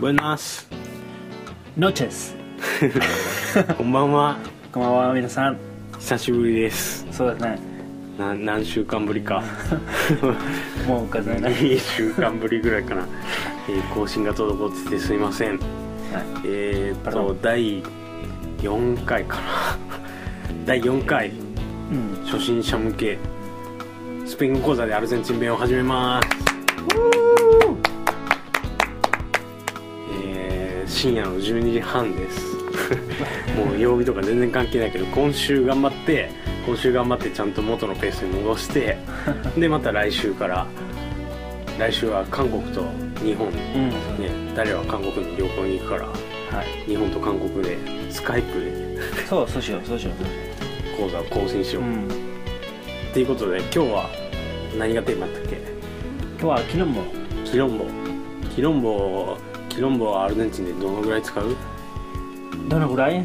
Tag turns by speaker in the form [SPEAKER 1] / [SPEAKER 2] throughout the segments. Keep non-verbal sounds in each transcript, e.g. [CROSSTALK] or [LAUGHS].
[SPEAKER 1] Buenas [LAUGHS]
[SPEAKER 2] ノチェス
[SPEAKER 1] こんばんは
[SPEAKER 2] こんばんは皆さん
[SPEAKER 1] 久しぶりです
[SPEAKER 2] そうですね
[SPEAKER 1] な何週間ぶり
[SPEAKER 2] [LAUGHS]
[SPEAKER 1] か
[SPEAKER 2] もう
[SPEAKER 1] [LAUGHS]
[SPEAKER 2] 数えない、はい、
[SPEAKER 1] 2週間ぶりぐらいかな、えー更新が滞っててすいませんえー、っ
[SPEAKER 2] パラ
[SPEAKER 1] と
[SPEAKER 2] オ
[SPEAKER 1] 第4回かな [LAUGHS] 第4回
[SPEAKER 2] うん
[SPEAKER 1] 初心者向けスペイン語講座でアルゼンチン弁を始めますえー深夜の12時半ですもう曜日とか全然関係ないけど今週頑張って今週頑張ってちゃんと元のペースに戻してでまた来週から来週は韓国と日本ね
[SPEAKER 2] うん
[SPEAKER 1] 誰は韓国に旅行に行くから
[SPEAKER 2] はい
[SPEAKER 1] 日本と韓国でスカイプで
[SPEAKER 2] そうそうしようそうしようそう
[SPEAKER 1] 講
[SPEAKER 2] しよ
[SPEAKER 1] 座を更新しよ
[SPEAKER 2] う、
[SPEAKER 1] う、
[SPEAKER 2] うん、
[SPEAKER 1] っていうことで今日は何がテーマだったっけ
[SPEAKER 2] 今日は昨日も
[SPEAKER 1] キロンボキロンボキロンボはアルゼンチンでどのぐらい使う
[SPEAKER 2] どのぐら
[SPEAKER 1] う
[SPEAKER 2] い
[SPEAKER 1] ん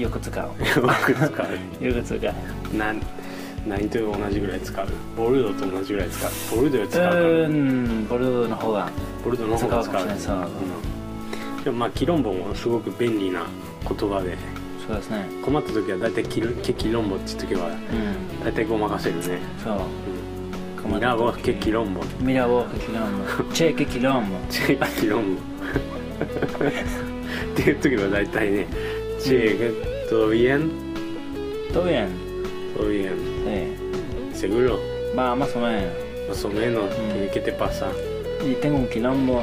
[SPEAKER 1] よ
[SPEAKER 2] よく
[SPEAKER 1] [LAUGHS]
[SPEAKER 2] 使
[SPEAKER 1] く使
[SPEAKER 2] うよく使う
[SPEAKER 1] [LAUGHS] うなん何と同じぐらい使うボルドと同じぐらい使うボルドより使う
[SPEAKER 2] う
[SPEAKER 1] から、
[SPEAKER 2] ーんボルドの方が
[SPEAKER 1] ボルドの方が
[SPEAKER 2] 使うか
[SPEAKER 1] 使う
[SPEAKER 2] もしれない
[SPEAKER 1] うんでもまあキロンボもすごく便利な言葉で
[SPEAKER 2] そうですね
[SPEAKER 1] 困った時は大体キロケキロンボって時は
[SPEAKER 2] うん
[SPEAKER 1] 大体ごまかせるね、
[SPEAKER 2] そう
[SPEAKER 1] うん、ミラボケキロンボ
[SPEAKER 2] ミラボケキロ
[SPEAKER 1] [LAUGHS]
[SPEAKER 2] ンボチェケキロンボ
[SPEAKER 1] チェキロンボっていう時は大体ねチェドビエン
[SPEAKER 2] トビエン
[SPEAKER 1] ドビエン
[SPEAKER 2] sí
[SPEAKER 1] Seguro,
[SPEAKER 2] va más o menos
[SPEAKER 1] más o menos.
[SPEAKER 2] Mm.
[SPEAKER 1] ¿Qué te pasa?
[SPEAKER 2] y tengo un
[SPEAKER 1] [LAUGHS]
[SPEAKER 2] quilombo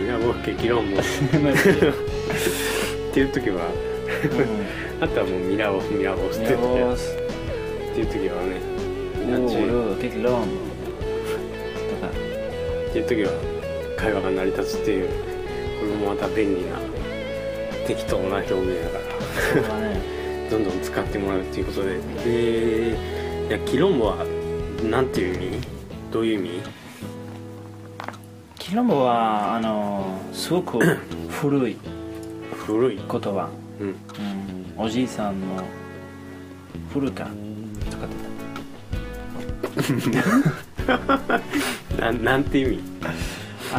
[SPEAKER 1] Mira vos, qué quilombo. っていう時は、
[SPEAKER 2] うん
[SPEAKER 1] あとはもうミラボス、ミラボスっ
[SPEAKER 2] ミ
[SPEAKER 1] て言
[SPEAKER 2] ラ
[SPEAKER 1] って
[SPEAKER 2] ボ
[SPEAKER 1] っ
[SPEAKER 2] ス
[SPEAKER 1] ていう時はね、みんな
[SPEAKER 2] Uh,
[SPEAKER 1] チェ
[SPEAKER 2] boludo, qué quilombo.
[SPEAKER 1] っ
[SPEAKER 2] Toca.
[SPEAKER 1] ていう時は会話が成り立つっていう、これもまた便利な適当な表現だから
[SPEAKER 2] Eso va, eh.
[SPEAKER 1] どんどん使ってもらうっていうことで、で、いやキロンボはなんていう意味？どういう意味？
[SPEAKER 2] Quilombo はあのすごく古い
[SPEAKER 1] 古い。
[SPEAKER 2] 言葉、
[SPEAKER 1] うん。
[SPEAKER 2] うん、おじいさんの古か使って
[SPEAKER 1] ななんていう意
[SPEAKER 2] た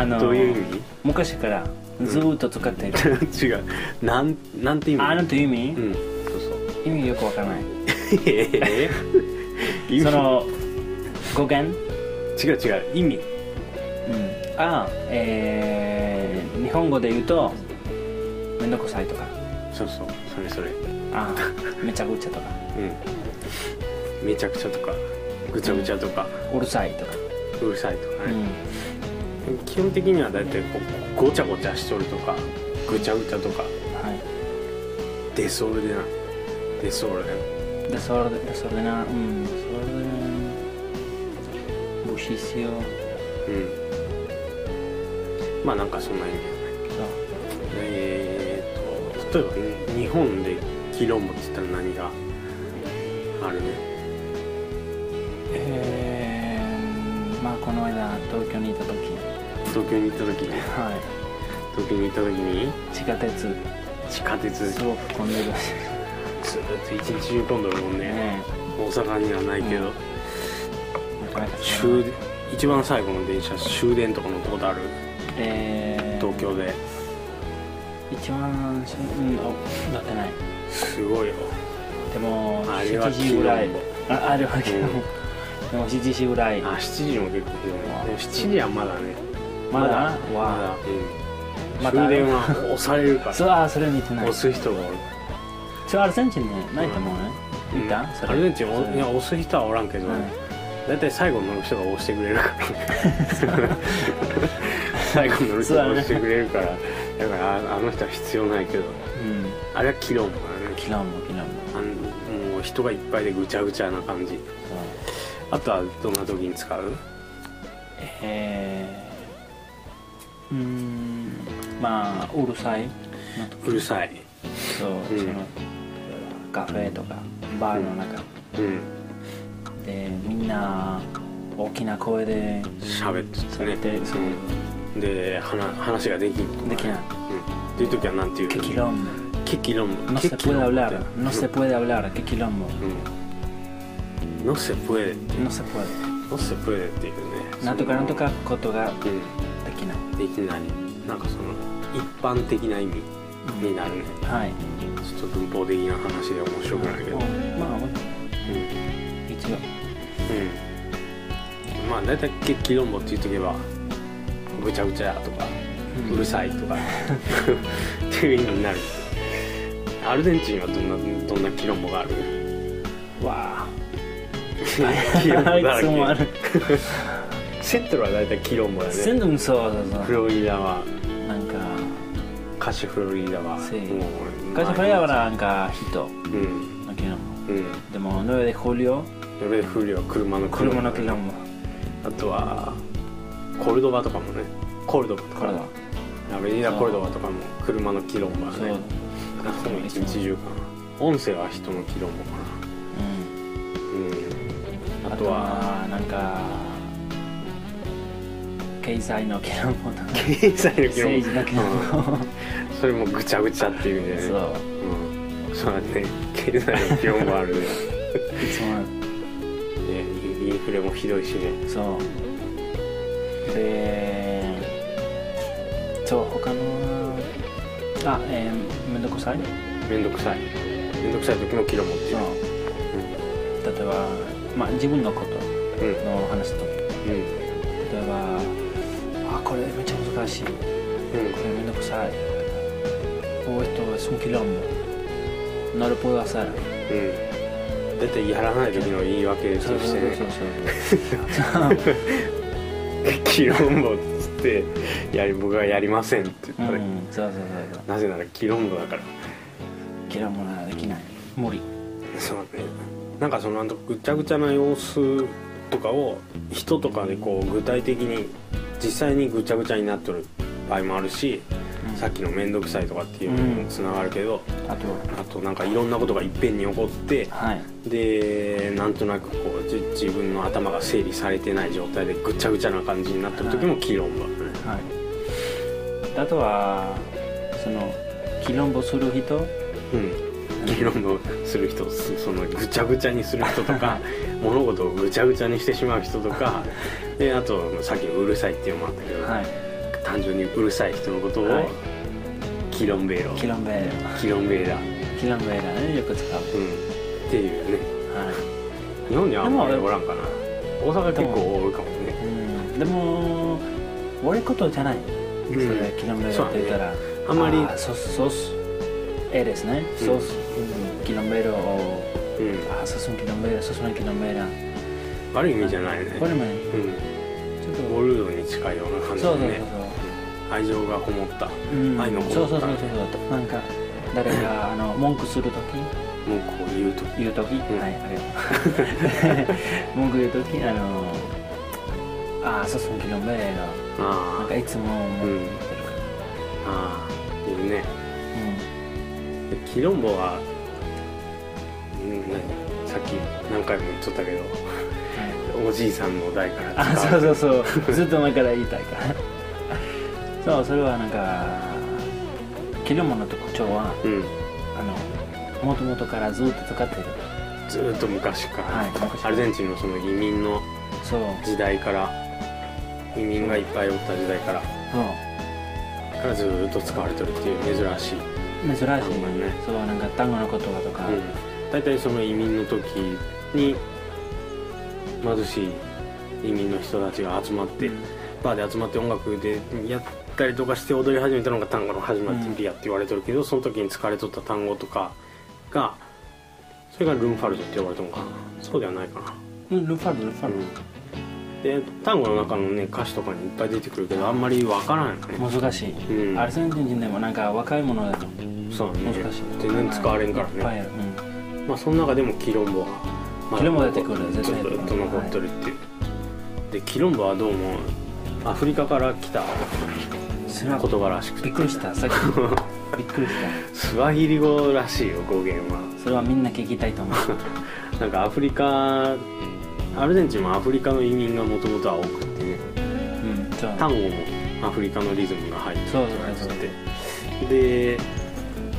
[SPEAKER 2] あの
[SPEAKER 1] 味？どういう意味？
[SPEAKER 2] 昔からずっと使っている、
[SPEAKER 1] [LAUGHS] 違う。なんなんて意味？
[SPEAKER 2] あなんて意味、
[SPEAKER 1] うん。そうそう。
[SPEAKER 2] 意味よくわからない
[SPEAKER 1] えー
[SPEAKER 2] その語源、
[SPEAKER 1] 違う違う意味
[SPEAKER 2] うん、あえー、日本語で言うとめんどくさいとか
[SPEAKER 1] そうそうそれそれ
[SPEAKER 2] あめちゃくちゃとか
[SPEAKER 1] うんめちゃくちゃとかぐちゃぐちゃとか、
[SPEAKER 2] うるさいとか、
[SPEAKER 1] うるさいとか
[SPEAKER 2] う
[SPEAKER 1] ね、
[SPEAKER 2] ん
[SPEAKER 1] 基本的には大体こうごちゃごちゃしとるとかぐちゃぐちゃとか
[SPEAKER 2] はい
[SPEAKER 1] デソルデなデソルデン
[SPEAKER 2] Desorden, desordenada, mm, desorden, bullicio,
[SPEAKER 1] うんまあなんかそんな意味えー、っと例えばに日本でキロンボって言ったら何があるね
[SPEAKER 2] eh, まあこの間東京にいた時、
[SPEAKER 1] 東京に行った時に
[SPEAKER 2] は
[SPEAKER 1] 東京に行った時に
[SPEAKER 2] い、地下鉄
[SPEAKER 1] 地下鉄
[SPEAKER 2] すごく混んでるし、
[SPEAKER 1] ずっと一日中混んどるもんね
[SPEAKER 2] ね
[SPEAKER 1] 大阪にはないけど、
[SPEAKER 2] うんえ、なかなかそれは
[SPEAKER 1] 終一番最後の電車終電とか乗ったことある
[SPEAKER 2] えー
[SPEAKER 1] 東京で
[SPEAKER 2] 一番しうんお乗ってない
[SPEAKER 1] すごいよ
[SPEAKER 2] でも
[SPEAKER 1] あれは
[SPEAKER 2] 7時ぐらい
[SPEAKER 1] キロ
[SPEAKER 2] ああるわけ
[SPEAKER 1] うん
[SPEAKER 2] でもでも7時ぐらい
[SPEAKER 1] あ7時も結構来てるね
[SPEAKER 2] わあ
[SPEAKER 1] でも7時はまだね
[SPEAKER 2] まだ
[SPEAKER 1] まだ
[SPEAKER 2] わ、
[SPEAKER 1] うん
[SPEAKER 2] まだ
[SPEAKER 1] 終電は押されるか
[SPEAKER 2] あ
[SPEAKER 1] ら
[SPEAKER 2] [LAUGHS] そうあそれ見てない
[SPEAKER 1] 押す人がおる
[SPEAKER 2] それアルゼンチンねないと思うね
[SPEAKER 1] うん
[SPEAKER 2] いたそれ
[SPEAKER 1] アルゼンチン
[SPEAKER 2] それ
[SPEAKER 1] おいや押す人はおらんけど
[SPEAKER 2] はい
[SPEAKER 1] 大体最後に乗る人が押してくれるから
[SPEAKER 2] [LAUGHS]
[SPEAKER 1] 最後に乗る人が押してくれるからだからああの人は必要ないけど
[SPEAKER 2] うん
[SPEAKER 1] あれはキロンボだね
[SPEAKER 2] キランボキランボ
[SPEAKER 1] あんもう人がいっぱいでぐちゃぐちゃな感じあとはどんな時に使う
[SPEAKER 2] えー、うーんまあうるさいのと
[SPEAKER 1] うるさい
[SPEAKER 2] そう、
[SPEAKER 1] うん
[SPEAKER 2] そのカフェとかバーの中
[SPEAKER 1] うん
[SPEAKER 2] でみんな大きな声で
[SPEAKER 1] 喋って
[SPEAKER 2] 喋ってそう
[SPEAKER 1] うんで話話ができん
[SPEAKER 2] できない
[SPEAKER 1] うんっていう時はなんていう
[SPEAKER 2] 「qué quilombo
[SPEAKER 1] ケキロン」
[SPEAKER 2] no se
[SPEAKER 1] ケキロン
[SPEAKER 2] puede hablar
[SPEAKER 1] って
[SPEAKER 2] no se puede hablar qué quilombo
[SPEAKER 1] うんのせぷえ
[SPEAKER 2] no se puede
[SPEAKER 1] のせぷえっていうね
[SPEAKER 2] なんとかなんとかことが
[SPEAKER 1] うん
[SPEAKER 2] できない
[SPEAKER 1] できないなんかその一般的な意味になるね
[SPEAKER 2] はい
[SPEAKER 1] ちょっと文法的な話で面白くないけど、うん
[SPEAKER 2] まあ一応
[SPEAKER 1] うんまあ大体結気論語って言っとけばぐちゃぐちゃとかうる
[SPEAKER 2] い
[SPEAKER 1] さいとかっていう意味になるアルゼンチンはどんなどんな気論語がある
[SPEAKER 2] わあ
[SPEAKER 1] 議論
[SPEAKER 2] [LAUGHS] あ
[SPEAKER 1] 語だ
[SPEAKER 2] い
[SPEAKER 1] ら
[SPEAKER 2] つもあ
[SPEAKER 1] け
[SPEAKER 2] る
[SPEAKER 1] [LAUGHS] セットルは大体気論語だ
[SPEAKER 2] 全
[SPEAKER 1] ね
[SPEAKER 2] 部そうそう
[SPEAKER 1] フ
[SPEAKER 2] そ
[SPEAKER 1] ロリダは
[SPEAKER 2] うなんか
[SPEAKER 1] 歌手フロリダはもう
[SPEAKER 2] せ昔フレアはなんか人
[SPEAKER 1] うん
[SPEAKER 2] の気の
[SPEAKER 1] うん
[SPEAKER 2] でも9でjulio
[SPEAKER 1] ノルウェーフリは車の
[SPEAKER 2] 車の気のも
[SPEAKER 1] あとはコルドバとかもねコルドバと
[SPEAKER 2] こ
[SPEAKER 1] か
[SPEAKER 2] れだ
[SPEAKER 1] もラベリダ・コルドバとかも車の議論が
[SPEAKER 2] そう
[SPEAKER 1] ね
[SPEAKER 2] う
[SPEAKER 1] なんかもう一日中かな音声は人の議論もかな
[SPEAKER 2] ん
[SPEAKER 1] うんあ
[SPEAKER 2] あ
[SPEAKER 1] と
[SPEAKER 2] と
[SPEAKER 1] は
[SPEAKER 2] はなんか経済の気のもとか
[SPEAKER 1] 経済の議論
[SPEAKER 2] 政治の気の [LAUGHS] も
[SPEAKER 1] それもぐちゃぐちゃっていうね
[SPEAKER 2] そう
[SPEAKER 1] うんそうだね経済の議論もあるね
[SPEAKER 2] いつもある
[SPEAKER 1] ねインインフレもひどいしね
[SPEAKER 2] そうでそう他のあえー、めんどくさい
[SPEAKER 1] めんどくさいめんどくさい時の議論もっていう
[SPEAKER 2] そう例えば、まあ、自分のこと
[SPEAKER 1] うんうん
[SPEAKER 2] の話と例えばあこれめっちゃ難しいこ
[SPEAKER 1] うん
[SPEAKER 2] れめんどくさいお人す un quilombo no lo puedo hacer
[SPEAKER 1] うんだってやらない時の言い訳と
[SPEAKER 2] そう
[SPEAKER 1] し
[SPEAKER 2] そう
[SPEAKER 1] てね
[SPEAKER 2] そう
[SPEAKER 1] [LAUGHS] キロンボっつってやり僕はやりませんって言
[SPEAKER 2] そ
[SPEAKER 1] った
[SPEAKER 2] うう
[SPEAKER 1] ら、
[SPEAKER 2] んそうそうそうそう
[SPEAKER 1] なぜならキロンボだから
[SPEAKER 2] quilombo ならできない無理
[SPEAKER 1] そうねなんかそのなんとぐちゃぐちゃな様子とかを人とかでこう具体的に実際にぐちゃぐちゃになっとる場合もあるし、
[SPEAKER 2] うん
[SPEAKER 1] さっきの面倒くさいとかっていうのにもつながるけど、
[SPEAKER 2] あと
[SPEAKER 1] あとなんかいろんなことがいっぺんに起こって
[SPEAKER 2] はい
[SPEAKER 1] でなんとなくこうじ自分の頭が整理されてない状態でぐちゃぐちゃな感じになってる時もキロンボだね、
[SPEAKER 2] はい、あとはそのキロンボする人
[SPEAKER 1] うん、議論をする人そそのぐちゃぐちゃにする人と
[SPEAKER 2] [LAUGHS]
[SPEAKER 1] か物事をぐちゃぐちゃにしてしまう人とかであとさっきのうるさいっていうのもあったけど、
[SPEAKER 2] はい
[SPEAKER 1] 単純にうるさい人のことを、
[SPEAKER 2] はい
[SPEAKER 1] キロンベーロ
[SPEAKER 2] キロンベー
[SPEAKER 1] キロンベーラ、うん、っ
[SPEAKER 2] ラキロンベーラねよく使う、
[SPEAKER 1] ていうね
[SPEAKER 2] は
[SPEAKER 1] 日本にはあんまり
[SPEAKER 2] でも
[SPEAKER 1] おらんかな大阪結構多いかもね
[SPEAKER 2] いうん、でも悪いことじゃない、
[SPEAKER 1] ん
[SPEAKER 2] それキロンベーラって言ったら、
[SPEAKER 1] あんまり
[SPEAKER 2] あソスソスエですね、
[SPEAKER 1] うん
[SPEAKER 2] ソス、キロンベーラを
[SPEAKER 1] うん
[SPEAKER 2] あソスンキロンベーラソスンキロンベーラ
[SPEAKER 1] 悪い意味じゃないね
[SPEAKER 2] これもねちょっ
[SPEAKER 1] うんボルードに近いような感
[SPEAKER 2] と
[SPEAKER 1] じで
[SPEAKER 2] そうそうそう
[SPEAKER 1] ね愛情がこもった
[SPEAKER 2] そう、うん、
[SPEAKER 1] 愛のこ
[SPEAKER 2] そう
[SPEAKER 1] も
[SPEAKER 2] そ
[SPEAKER 1] っ
[SPEAKER 2] う
[SPEAKER 1] た
[SPEAKER 2] そうそうなんか誰があの文句するとき
[SPEAKER 1] もうこう言うと
[SPEAKER 2] 言うとき、
[SPEAKER 1] ん
[SPEAKER 2] はい、ありがとう。 [LAUGHS] 文句言うとき、あの、ああ、そうそう、キロンベレーの、な
[SPEAKER 1] あ
[SPEAKER 2] んかいつも
[SPEAKER 1] あ
[SPEAKER 2] 思
[SPEAKER 1] う
[SPEAKER 2] ってる
[SPEAKER 1] んああいうね
[SPEAKER 2] か
[SPEAKER 1] キロンボは、うん、何さっき何回も言っとったけどおじいさんの代から
[SPEAKER 2] ら。うん、あそうそうそう、ずっと前から言いたいから。そう、それはなんか、キロモの特徴は、
[SPEAKER 1] う、うん、
[SPEAKER 2] あの、もともとからずっと使ってる。
[SPEAKER 1] ずーっと昔から、
[SPEAKER 2] はい昔から
[SPEAKER 1] アルゼンチンのその移民の
[SPEAKER 2] そう、
[SPEAKER 1] 時代から移民がいっぱいおった時代から
[SPEAKER 2] そう
[SPEAKER 1] からずーっと使われてるっていう珍しい、う
[SPEAKER 2] 珍しい、
[SPEAKER 1] 単語ね
[SPEAKER 2] そう、なんか単語の言葉とか、
[SPEAKER 1] ん、大体その移民の時に貧しい移民の人たちが集まって、バーで集まって音楽でやったりとかして踊り始めたのが単語の始まりやって言われてるけど、その時に使われとった単語とかがそれがルンファルトって呼ばれたのかなそうではないかな、
[SPEAKER 2] うん、ルファル、ルファル。
[SPEAKER 1] で単語の中のね歌詞とかにいっぱい出てくるけどあんまりわからんよね
[SPEAKER 2] 難しい、
[SPEAKER 1] うん
[SPEAKER 2] アルゼンチン人でもなんか若いものだと
[SPEAKER 1] そうね
[SPEAKER 2] 難しい
[SPEAKER 1] 全然使われんか
[SPEAKER 2] いっ
[SPEAKER 1] ら
[SPEAKER 2] ぱい
[SPEAKER 1] ね
[SPEAKER 2] ある、うん
[SPEAKER 1] まあその中でもキロンボは、まあ
[SPEAKER 2] キロンボ出てくる
[SPEAKER 1] ずっ
[SPEAKER 2] 絶対
[SPEAKER 1] とずっと残ってるっていう、でキロンボはどうもアフリカから来た
[SPEAKER 2] す
[SPEAKER 1] 言
[SPEAKER 2] ごい
[SPEAKER 1] 葉らしく
[SPEAKER 2] びってくりし
[SPEAKER 1] [LAUGHS]
[SPEAKER 2] たさっきびっくりし
[SPEAKER 1] スワヒリ語らしいよ語源は
[SPEAKER 2] たそれはみんな聞きたいと思う
[SPEAKER 1] なんかアフリカアルゼンチンもアフリカの移民がもともとは多くてね
[SPEAKER 2] うんそう
[SPEAKER 1] 単語もアフリカのリズムが入って
[SPEAKER 2] そうそうそう
[SPEAKER 1] てで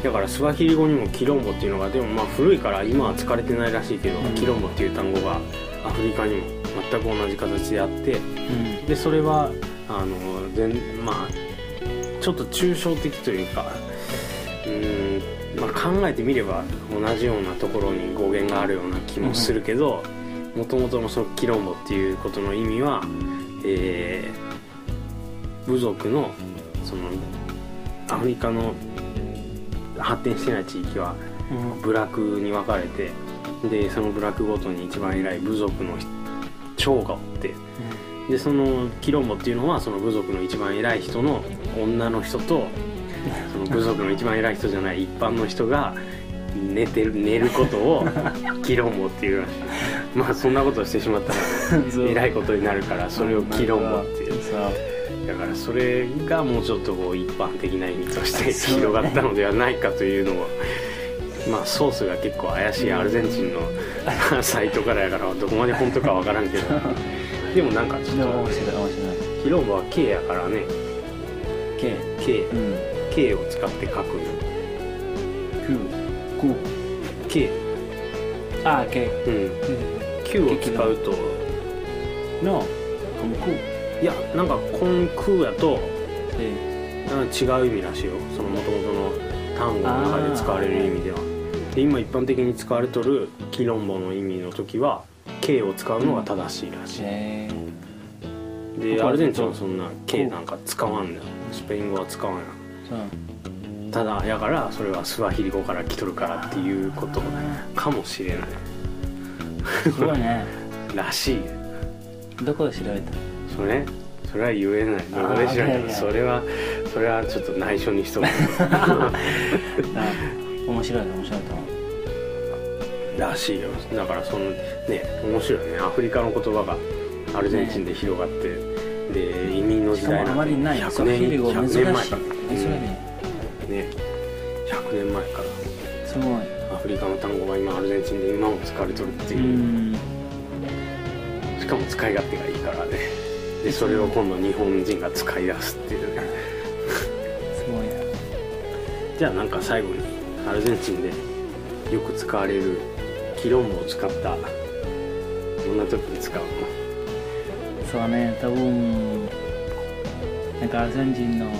[SPEAKER 1] だからスワヒリ語にもキロンボっていうのがでもまあ古いから今は使われてないらしいけど、
[SPEAKER 2] うん
[SPEAKER 1] キロンボっていう単語がアフリカにも全く同じ形であって
[SPEAKER 2] うん
[SPEAKER 1] でそれはあの全まあちょっと抽象的というかうーん、まあ、考えてみれば同じようなところに語源があるような気もするけどもともとのそのキロンボっていうことの意味は、えー部族のそのアフリカの発展してない地域は
[SPEAKER 2] うん
[SPEAKER 1] 部落に分かれてでその部落ごとに一番偉い部族の人長がおってでそのキロンボっていうのはその部族の一番偉い人の女の人とその部族の一番偉い人じゃない一般の人が寝てる寝ることをキロンボっていうらしいまあそんなことをしてしまったら
[SPEAKER 2] そう
[SPEAKER 1] 偉いことになるからそれをキロンボっていう
[SPEAKER 2] そう
[SPEAKER 1] だからそれがもうちょっとこう一般的な意味として広がったのではないかというのをまあソースが結構怪しいアルゼンチンのサイトからやからどこまで本当かわからんけどでもなんかちょっ
[SPEAKER 2] でも面
[SPEAKER 1] と
[SPEAKER 2] 白い面白い
[SPEAKER 1] 広場は K やからね
[SPEAKER 2] K
[SPEAKER 1] K,
[SPEAKER 2] うん
[SPEAKER 1] K を使って書くの
[SPEAKER 2] Q
[SPEAKER 1] K、
[SPEAKER 2] Q あ K
[SPEAKER 1] うん Q を使うと
[SPEAKER 2] のコンク
[SPEAKER 1] いやなんかコンクーやと
[SPEAKER 2] で
[SPEAKER 1] なんか違う意味らしいよその元々の単語の中で使われる意味ではで今一般的に使われとるキロンボの意味の時は K を使うのが正しいらしい、
[SPEAKER 2] J
[SPEAKER 1] で
[SPEAKER 2] ここ
[SPEAKER 1] アルゼンチンはそんな K なんか使わんだよスペイン語は使わんや
[SPEAKER 2] そう
[SPEAKER 1] ただやからそれはスワヒリ語から来とるからっていうことかもしれない
[SPEAKER 2] すごいね
[SPEAKER 1] らしい
[SPEAKER 2] [LAUGHS] どこで調べた
[SPEAKER 1] それそれは言えないどこで知ら
[SPEAKER 2] あーいや
[SPEAKER 1] ないい
[SPEAKER 2] や
[SPEAKER 1] それはそれはちょっと内緒にしと
[SPEAKER 2] [LAUGHS]
[SPEAKER 1] く
[SPEAKER 2] あ面白い面白いと思う
[SPEAKER 1] らしいよだからそのね面白いよねアフリカの言葉がアルゼンチンで広がって、で移民の
[SPEAKER 2] し
[SPEAKER 1] 時
[SPEAKER 2] かも
[SPEAKER 1] 代
[SPEAKER 2] あ
[SPEAKER 1] な
[SPEAKER 2] ま
[SPEAKER 1] ん
[SPEAKER 2] り
[SPEAKER 1] て
[SPEAKER 2] ない
[SPEAKER 1] 100年
[SPEAKER 2] フィルゴ珍しい
[SPEAKER 1] 100年前
[SPEAKER 2] 珍し
[SPEAKER 1] か
[SPEAKER 2] い
[SPEAKER 1] ら、
[SPEAKER 2] ね
[SPEAKER 1] うんね100年前か
[SPEAKER 2] すごい
[SPEAKER 1] らアフリカの単語が今アルゼンチンで今も使われとるって
[SPEAKER 2] う
[SPEAKER 1] いう、
[SPEAKER 2] ん
[SPEAKER 1] しかも使い勝手がいいからねでそれを今度日本人が使い出すっていうね
[SPEAKER 2] すごいな
[SPEAKER 1] じゃあなんか最後にアルゼンチンでよく使われるキロンボを使ったどんな時に使うの
[SPEAKER 2] そうね多分なんかアルゼンチンのなん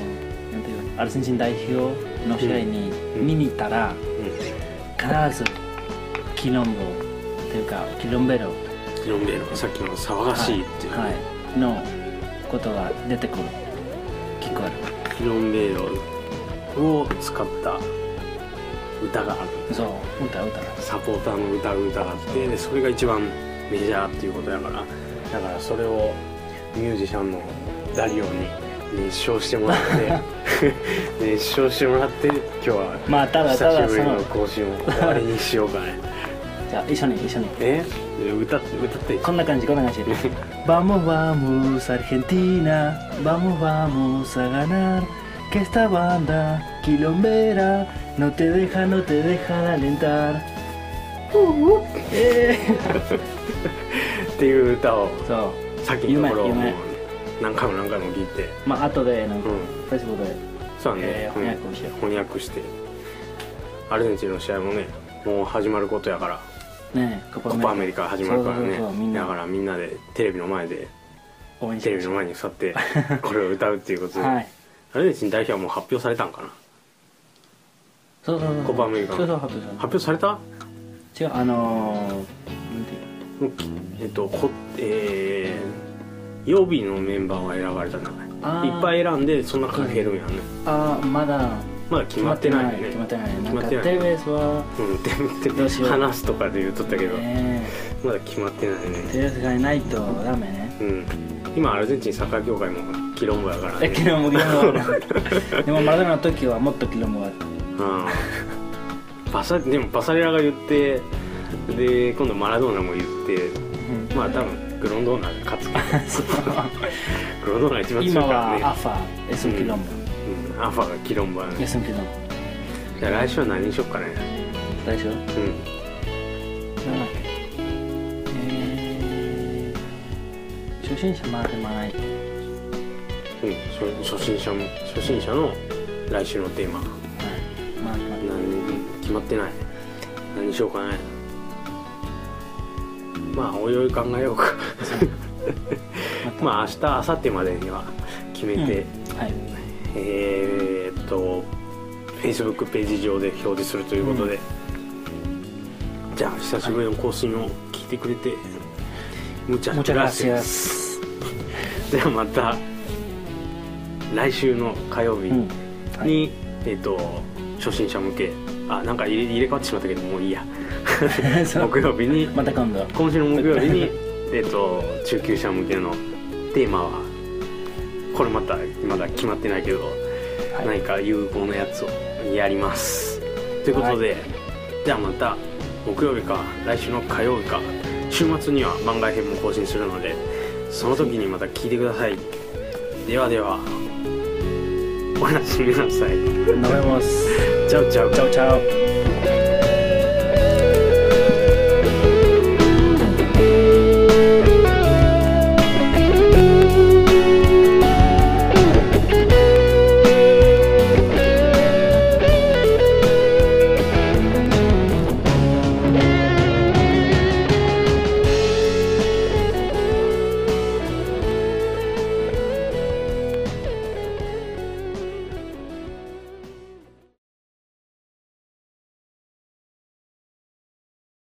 [SPEAKER 2] ていうのアルゼンチン代表の試合に
[SPEAKER 1] うん
[SPEAKER 2] 見に行った
[SPEAKER 1] う
[SPEAKER 2] ら、必ずキロンボっていうかキロンベロ
[SPEAKER 1] んキロンベロさっきの騒がしいっていう、
[SPEAKER 2] はいはいのことが出てくる聞こえ
[SPEAKER 1] キロンベロを使った歌がある
[SPEAKER 2] るそう歌歌
[SPEAKER 1] サポーターの歌う歌があってでそれが一番メジャーっていうことだからだからそれをミュージシャンのダリオに熱唱してもらって
[SPEAKER 2] [LAUGHS]
[SPEAKER 1] 熱唱してもらって今日は
[SPEAKER 2] まあただた
[SPEAKER 1] 久
[SPEAKER 2] だ
[SPEAKER 1] しぶ
[SPEAKER 2] そ
[SPEAKER 1] り
[SPEAKER 2] の
[SPEAKER 1] の更新を終わりにしようかね
[SPEAKER 2] じゃあ一緒に一緒に
[SPEAKER 1] え歌って歌って
[SPEAKER 2] こんな感じこんな感じ Vamos vamos Argentina Vamos vamos a ganar Que esta banda quilombera No te deja, no te deja alentar
[SPEAKER 1] っていう歌を
[SPEAKER 2] そ
[SPEAKER 1] 先のところを
[SPEAKER 2] 夢夢
[SPEAKER 1] もう何回も何回も聞いて
[SPEAKER 2] うまあ後でなんか
[SPEAKER 1] うん
[SPEAKER 2] Facebook で
[SPEAKER 1] そうだね、
[SPEAKER 2] えー翻訳をしよう
[SPEAKER 1] 翻訳してアルゼンチンの試合もねもう始まることやから
[SPEAKER 2] ねえコ
[SPEAKER 1] コパアメリカ始まるから
[SPEAKER 2] そうそうそうみん
[SPEAKER 1] ね
[SPEAKER 2] な
[SPEAKER 1] だからみんなでテレビの前で
[SPEAKER 2] 応援し
[SPEAKER 1] テレ
[SPEAKER 2] て
[SPEAKER 1] ビの
[SPEAKER 2] ほ
[SPEAKER 1] 前に座ってこれを歌うっていうこと
[SPEAKER 2] しい
[SPEAKER 1] で、
[SPEAKER 2] [LAUGHS] はい
[SPEAKER 1] アルゼンチン代表はもう発表されたんかな
[SPEAKER 2] そうそうそう
[SPEAKER 1] コパアメリカ
[SPEAKER 2] そうそう発表
[SPEAKER 1] 発表された
[SPEAKER 2] する違うあのーなんていう
[SPEAKER 1] もうきえっとこえー、予備のメンバーが選ばれたんだね
[SPEAKER 2] あー
[SPEAKER 1] いっぱい選んでその中から減るんやね
[SPEAKER 2] あーまだ
[SPEAKER 1] まだ決まってないよね
[SPEAKER 2] 決まってない
[SPEAKER 1] 決
[SPEAKER 2] な
[SPEAKER 1] まっ
[SPEAKER 2] んか
[SPEAKER 1] て
[SPEAKER 2] テ
[SPEAKER 1] ない
[SPEAKER 2] レビは
[SPEAKER 1] うんでで
[SPEAKER 2] どうしよう
[SPEAKER 1] 話すとかで言うとったけど、
[SPEAKER 2] ね
[SPEAKER 1] まだ決まってない
[SPEAKER 2] え
[SPEAKER 1] ね
[SPEAKER 2] テレビがいないとダメね
[SPEAKER 1] うん今アルゼンチンサッカー協会もキロンボやから
[SPEAKER 2] え
[SPEAKER 1] ね
[SPEAKER 2] キロンボキロンボあ
[SPEAKER 1] [LAUGHS]
[SPEAKER 2] るでもマラドーナの時はもっとキロンボがあった
[SPEAKER 1] うんバサでもバサレラが言ってで今度マラドーナも言ってまあ多分グロンドーナが勝
[SPEAKER 2] [LAUGHS]
[SPEAKER 1] つけどグロンドーナが一番強い
[SPEAKER 2] 今
[SPEAKER 1] か
[SPEAKER 2] は
[SPEAKER 1] ら
[SPEAKER 2] ア
[SPEAKER 1] ね
[SPEAKER 2] ファエスンキロン
[SPEAKER 1] うんアファがキロンボや
[SPEAKER 2] ボエ
[SPEAKER 1] ね
[SPEAKER 2] スンキロンボ
[SPEAKER 1] じゃあ来週は何にしよっかね
[SPEAKER 2] 大丈夫
[SPEAKER 1] うん
[SPEAKER 2] なんだっけえー初心者までもない
[SPEAKER 1] うん、初初心者も初心者の来週のテーマ
[SPEAKER 2] まあま
[SPEAKER 1] 何決まってない何しようかねまあおいおい考えようか [LAUGHS]
[SPEAKER 2] あまた
[SPEAKER 1] まあ明日明後日までには決めて、
[SPEAKER 2] うんはい
[SPEAKER 1] えーっと Facebook ページ上で表示するということで、じゃあ久しぶりの更新を聞いてくれて、むちゃ
[SPEAKER 2] Muchas gracias
[SPEAKER 1] ではまた来週の火曜日
[SPEAKER 2] う
[SPEAKER 1] に、
[SPEAKER 2] んはい
[SPEAKER 1] えーっと初心者向けあなんか入れ入れ替わってしまったけどもういいや
[SPEAKER 2] [LAUGHS] そう
[SPEAKER 1] 木曜日に
[SPEAKER 2] また今度
[SPEAKER 1] 今週の木曜日
[SPEAKER 2] [LAUGHS]
[SPEAKER 1] にえっと中級者向けのテーマはこれまたまだ決まってないけど、
[SPEAKER 2] はい
[SPEAKER 1] 何か有効なやつをやりますということで、じゃあまた木曜日か来週の火曜日か週末には番外編も更新するのでその時にまた聞いてくださいではではおやすみなさい
[SPEAKER 2] nos vemos
[SPEAKER 1] チャオチャオ
[SPEAKER 2] chao chao